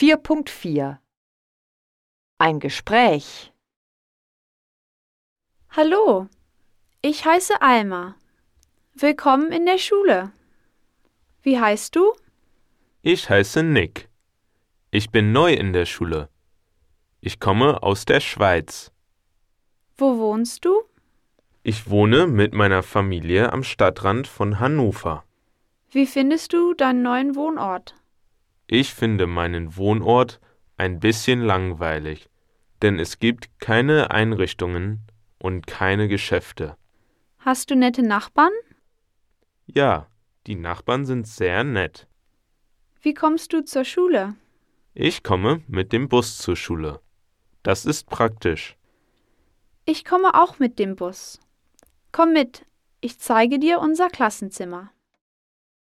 4.4 Ein Gespräch. Hallo, ich heiße Alma. Willkommen in der Schule. Wie heißt du? Ich heiße Nick. Ich bin neu in der Schule. Ich komme aus der Schweiz. Wo wohnst du? Ich wohne mit meiner Familie am Stadtrand von Hannover. Wie findest du deinen neuen Wohnort? Ich finde meinen Wohnort ein bisschen langweilig, denn es gibt keine Einrichtungen und keine Geschäfte. Hast du nette Nachbarn? Ja, die Nachbarn sind sehr nett. Wie kommst du zur Schule? Ich komme mit dem Bus zur Schule. Das ist praktisch. Ich komme auch mit dem Bus. Komm mit, ich zeige dir unser Klassenzimmer.